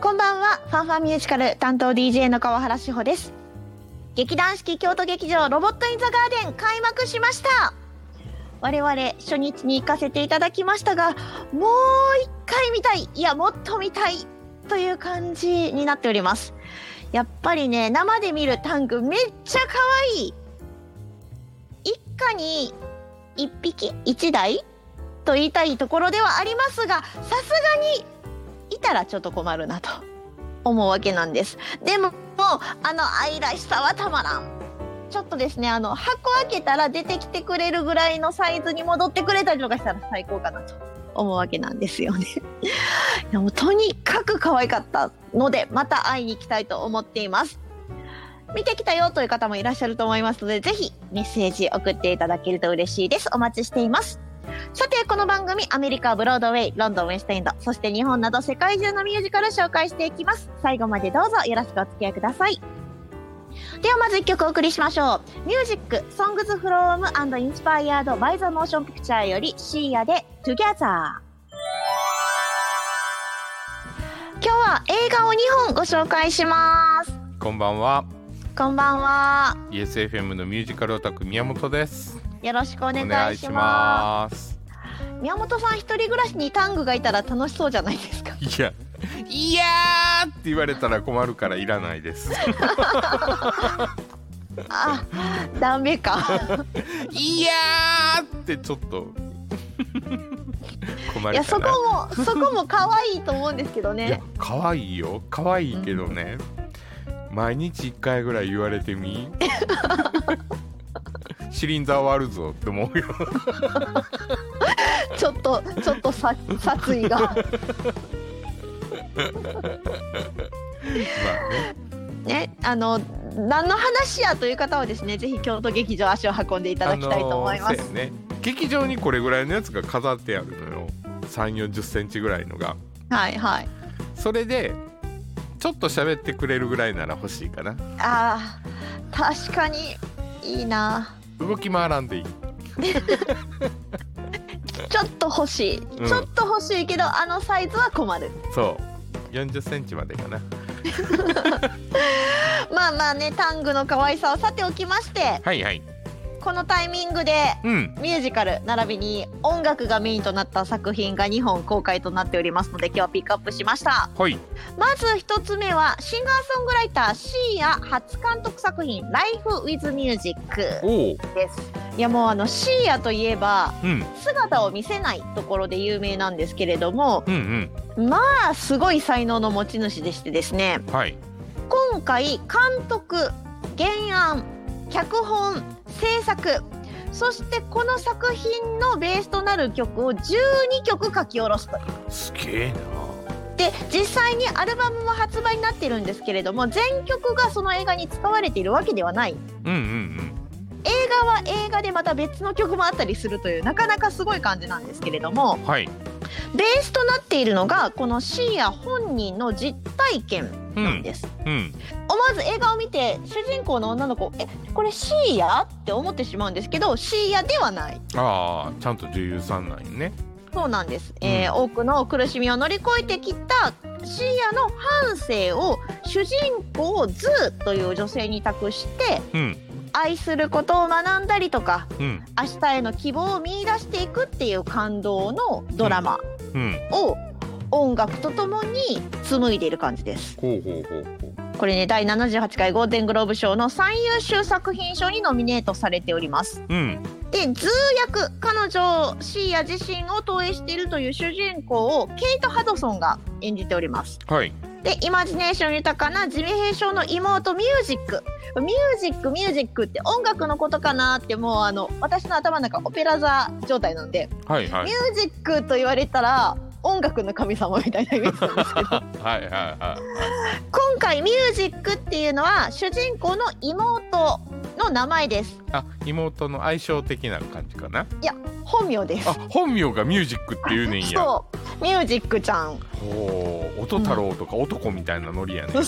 こんばんは、ファンファンミュージカル担当 DJ の川原志保です。劇団四季京都劇場ロボットインザガーデン開幕しました。我々初日に行かせていただきましたが、もう一回見たい、いやもっと見たいという感じになっております。やっぱりね、生で見るタングめっちゃ可愛い。一家に一匹一台と言いたいところではありますが、さすがにいたらちょっと困るなと思うわけなんです。でも、もうあの愛らしさはたまらん。ちょっとですね、あの箱開けたら出てきてくれるぐらいのサイズに戻ってくれたりとかしたら最高かなと思うわけなんですよね。 いやもうとにかく可愛かったので、また会いに行きたいと思っています。見てきたよという方もいらっしゃると思いますので、ぜひメッセージ送っていただけると嬉しいです。お待ちしています。さて、この番組、アメリカ、ブロードウェイ、ロンドン、ウェストエンド、そして日本など世界中のミュージカルを紹介していきます。最後までどうぞよろしくお付き合いください。ではまず一曲お送りしましょう。ミュージック、ソングズフロームアンドインスパイアードバイザモーションピクチャーよりシーヤで Together。今日は映画を2本ご紹介します。こんばんはこんばんは。 ESFM のミュージカルオタク宮本ですよろしくお願おいします宮本さん一人暮らしにタングがいたら楽しそうじゃないですかいやいやーって言われたら困るからいらな いですあダメかいやーってちょっ と困るからいやそこもそこも可愛いと思うんですけどいやね可愛いよ可愛いけどね、毎日1回ぐらい言われて みシリンダー割るぞって思うよ ちょっとちょっとさ殺意が まあねねあの何の話やという方はですねぜひ京都劇場足を運んでいただきたいと思います、あのーそうやね、劇場にこれぐらいのやつが飾ってあるのよ3 4 0センチぐらいのがはいはいそれでちょっと喋ってくれるぐらいなら欲しいかなあー確かにいいな動き回らんでいいちょっと欲しい、うんちょっと欲しいけどあのサイズは困るそう4 0センチまでかなまあまあねタングの可愛さをさておきましてはいはいこのタイミングでうんミュージカル並びに音楽がメインとなった作品が2本公開となっておりますので今日はピックアップしましたほいまず1つ目はシンガーソングライターシーヤ初監督作品「Life with Music おお」ですいやもうあのシーヤといえばうん姿を見せないところで有名なんですけれどもうんまあすごい才能の持ち主でしてですねうんはい今回監督原案脚本制作そしてこの作品のベースとなる曲を12曲書き下ろすというすげえなで実際にアルバムも発売になってるんですけれども全曲がその映画に使われているわけではないうんうん映画は映画でまた別の曲もあったりするというなかなかすごい感じなんですけれどもうんはいベースとなっているのがこのシーア本人の実体験うなんんです。うん思わず映画を見て主人公の女の子「えこれシーヤ?」って思ってしまうんですけどシーヤではないああちゃんと女優さんなんよねそうなんです、えー多くの苦しみを乗り越えてきたシーヤの半生を主人公ズーという女性に託してうん愛することを学んだりとかうん明日への希望を見出していくっていう感動のドラマうんを音楽とともに紡いでいる感じです。ほうほうほうほうこれね第78回ゴールデングローブ賞の最優秀作品賞にノミネートされておりますうんで通訳彼女シーヤ自身を投影しているという主人公をケイト・ハドソンが演じておりますはいでイマジネーション豊かなジミヘイ賞の妹ミュージックミュージックミュージックって音楽のことかなってもうあの私の頭の中オペラ座状態なんで、はいはいミュージックと言われたら音楽の神様みたいなイメージなんですけどはいはいはい今回ミュージックっていうのは主人公の妹の名前ですあ妹の相性的な感じかな本名ですあ本名がミュージックっていうねんやそうミュージックちゃん ほう音太郎とか男みたいなノリやね、そう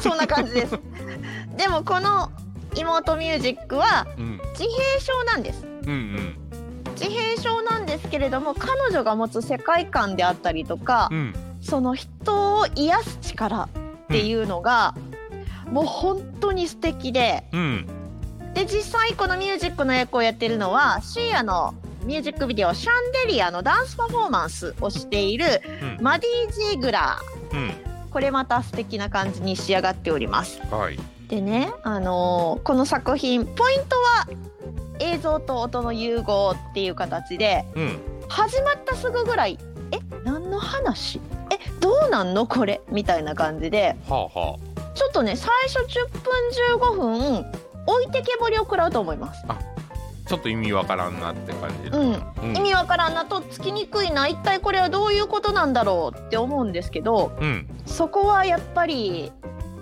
そんな感じです でもこの妹ミュージックはうん、自閉症なんですうんうん自閉症なんですけれども彼女が持つ世界観であったりとかうんその人を癒す力っていうのが、もう本当に素敵でうんで実際このミュージックの役をやってるのは深夜のミュージックビデオ「シャンデリア」のダンスパフォーマンスをしているうんマディ・ジェグラうんーこれまた素敵な感じに仕上がっておりますはいでね、あのーこの作品ポイントは映像と音の融合っていう形でうん始まったすぐぐらい「え何の話えどうなんのこれ」みたいな感じではあはちょっとね最初10分15分置いてけぼりを食らうと思います。あちょっと意味わからんなって感じううん意味わからんなとっつきにくいな一体これはどういうことなんだろうって思うんですけどうんそこはやっぱり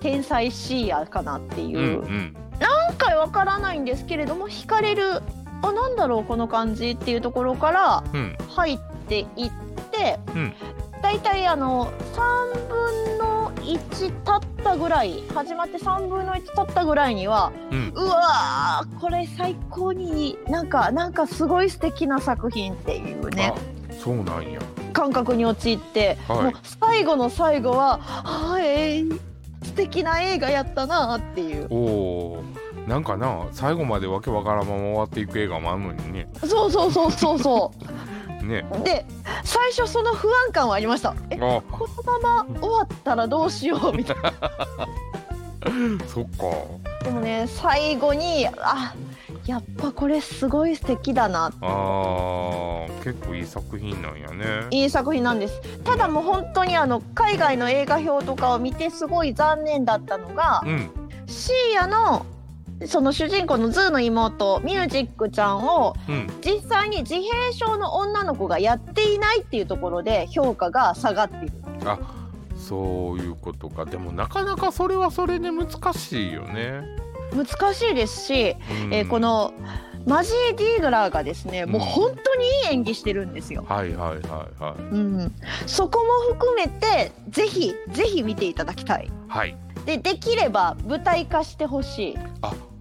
天才シーアかなっていうう、んうん今回わからないんですけれども惹かれるあなんだろうこの感じっていうところからうん入っていって、うんだいたいあの3分の1たったぐらい始まって3分の1たったぐらいにはうんうわーこれ最高にいいなんかなんかすごい素敵な作品っていうねあそうなんや感覚に陥って、はいもう最後の最後はあーえー素敵な映画やったなーっていうおーなんかな最後までわけわからんまま終わっていく映画もあるのにねそうそうそうそうそうねで最初その不安感はありましたえあこのまま終わったらどうしようみたい なそっかでもね最後にあやっぱこれすごい素敵だなあー結構いい作品なんやねいい作品なんですただもう本当にあの海外の映画表とかを見てすごい残念だったのがうんシーヤのその主人公のズーの妹ミュージックちゃんをうん実際に自閉症の女の子がやっていないっていうところで評価が下がっているそういうことかでもなかなかそれはそれで難しいよね、難しいですしうんえーこのマジー・ディーグラーがですねもう本当にいい演技してるんですよ。はいはいはいはいうん、そこも含めてぜひぜひ見ていただきたい。はいでできれば舞台化してほし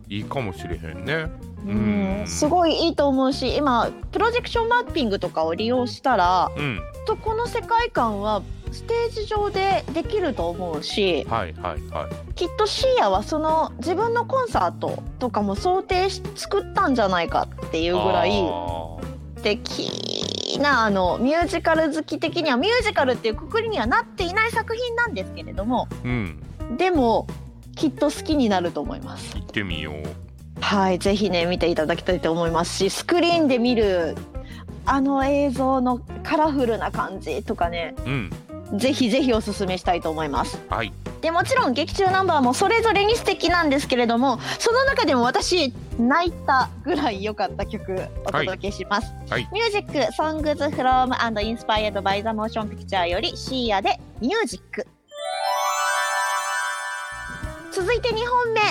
い、いいかもしれへんねうんうんすごいいいと思うし今プロジェクションマッピングとかを利用したらうんきっとこの世界観はステージ上でできると思うしはいはいはいきっとシーヤはその自分のコンサートとかも想定し作ったんじゃないかっていうぐらい。あ的なあのミュージカル好き的にはミュージカルっていうくくりにはなっていない作品なんですけれどもーうんでもきっと好きになると思います行ってみようはいぜひね見ていただきたいと思いますしスクリーンで見るあの映像のカラフルな感じとかねうんぜひぜひおすすめしたいと思いますはいでもちろん劇中ナンバーもそれぞれに素敵なんですけれどもその中でも私泣いたぐらい良かった曲お届けします、はいミュージック「Songs from and Inspired by the Motion Picture」より「シーヤ」で「ミュージック」続いて2本目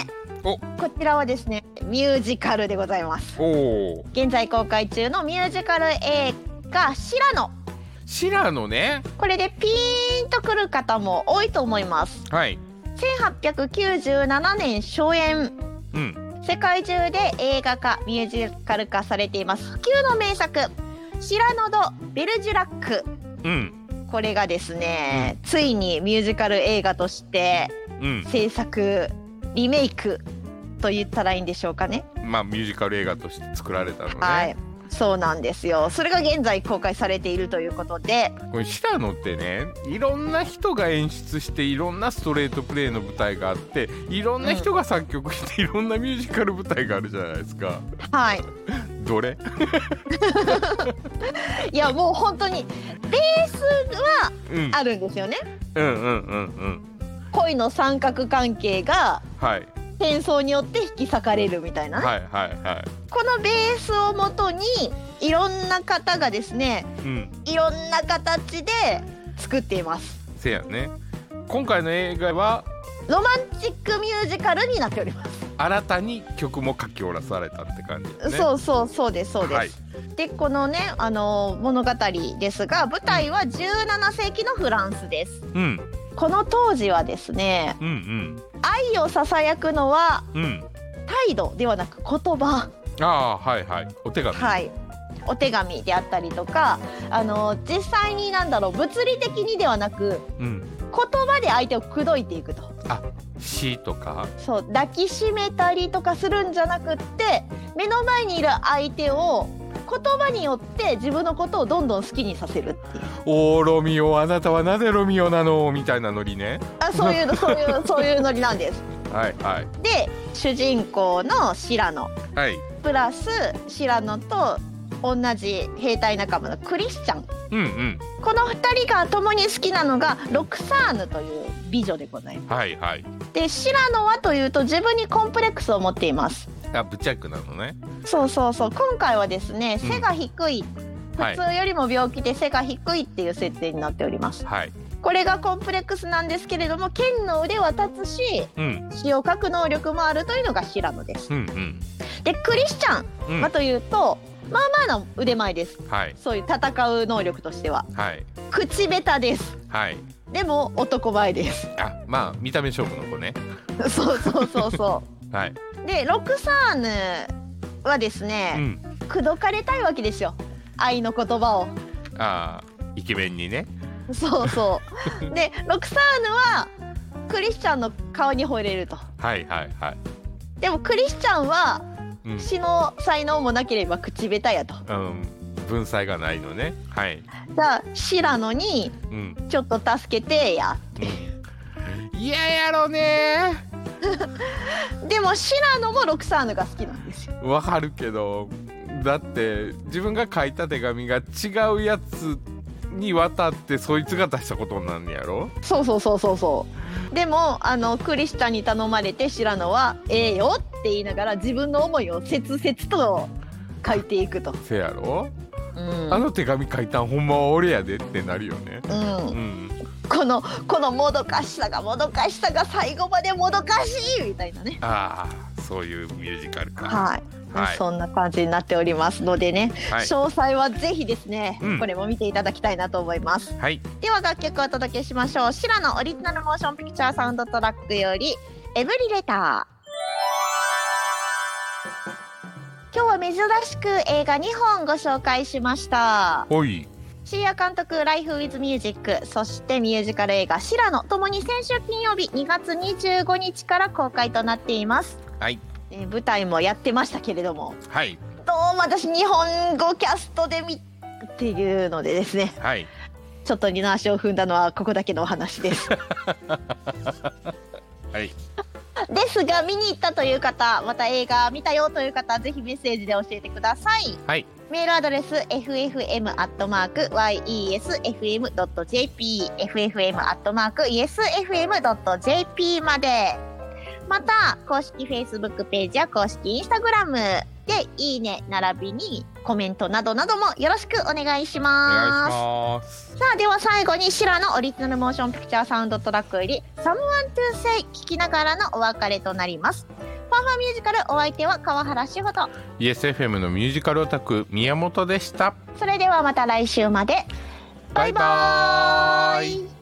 おこちらはですねミュージカルでございますおお現在公開中のミュージカル映画「シラノシラのね」これでピーンとくる方も多いと思いますはい1897年初演うん世界中で映画化ミュージカル化されています不朽の名作「シラノド・ベルジュラックうん」これがですねついにミュージカル映画としてうん制作リメイクと言ったらいいんでしょうかねまあミュージカル映画として作られたのね、はいそうなんですよそれが現在公開されているということでこれシラノってねいろんな人が演出していろんなストレートプレイの舞台があっていろんな人が作曲して、いろんなミュージカル舞台があるじゃないですかはいどれいやもう本当にベースはうんあるんですよねうんうんうんうん恋の三角関係がはい戦争によって引き裂かれるみたいなね、はいはいはこのベースをもとにいろんな方がですねいうんいろんな形で作っていますせやね今回の映画はロマンチックミュージカルになっております、新たに曲も書き下ろされたって感じ、ね、そうそうそうですそうです、はいでこのねあの物語ですが舞台は17世紀のフランスですうんこの当時はですねうん愛をささやくのはうんうん態度ではなく言葉ああはいはいお手紙はいお手紙であったりとかあの実際になんだろう物理的にではなくうん言葉で相手を口説いていくと死とかそう抱きしめたりとかするんじゃなくって目の前にいる相手を言葉によって自分のことをどんどん好きにさせるっていうおーロミオあなたはなぜロミオなのみたいなノリねあそういうのそういうそういうノリなんです。はいはいで主人公の白野はいプラス白野と同じ兵隊仲間のクリスチャンうんうんこの2人が共に好きなのがロクサーヌという美女でございまはいはいす。でシラノはというと自分にコンプレックスを持っています。あブチャックなのねそうそうそう今回はですねうん背が低い、はい普通よりも病気で背が低いっていう設定になっております。はいこれがコンプレックスなんですけれども剣の腕は立つしうん詩を書く能力もあるというのがシラノです。うんうんでクリスチャうンんはというと、まあまあの腕前です。はいそういう戦う能力としてははい口下手です。はいでも男前です。 あまあ見た目勝負の子ねそうそうそうそ。はいうで、ロクサーヌはですうね、ん口説かれたいわけですよ。愛の言葉を。あーイケメンにねそうそう。 で、ロクサーヌはクリスチャンの顔に惚れると。はいはいはいでもクリスチャンはうん詩の才能もなければ口下手やと。うん文才がないのねはいじゃあ、シラノにうんちょっと助けてや。嫌やろねでもシラノもロクサーヌが好きなんですよ。わかるけどだって自分が書いた手紙が違うやつに渡ってそいつが出したことになんねやろそうそうそうそうそう。でもあのクリスチャンに頼まれて白野は「ええよ」って言いながら自分の思いを切々と書いていくと。せやろ、うんあの手紙書いたんほんまは俺やでってなるよねう、うんんこのこのもどかしさがもどかしさが最後までもどかしいみたいなね。ああそういうミュージカルかはい、はいそんな感じになっておりますのでね、はい、詳細はぜひですね、うんこれも見ていただきたいなと思います。はい、では楽曲をお届けしましょうシラのオリジナルモーションピクチャーサウンドトラックより「エブリレター」今日は珍しく映画2本ご紹介しましたおいシーア監督「Life with Music」そしてミュージカル映画「シラノ」ともに先週金曜日2月25日から公開となっています、はいえー舞台もやってましたけれどもはいどうも私日本語キャストで見っていうのでですねはいちょっと二の足を踏んだのはここだけのお話です。はいですが見に行ったという方また映画見たよという方ぜひメッセージで教えてくださいはいメールアドレス ffm.yesfm.jp ffm.yesfm.jp までまた公式 Facebook ページや公式 Instagram でいいね並びにコメントなどなどもよろしくお願いしお願いますしますさあでは最後にシラのオリジナルモーションピクチャーサウンドトラックより「Someone to Say」聴きながらのお別れとなりますファンファンミュージカルお相手は川原志穂と ESFM のミュージカルオタク宮本でしたそれではまた来週までバイババイバーイイ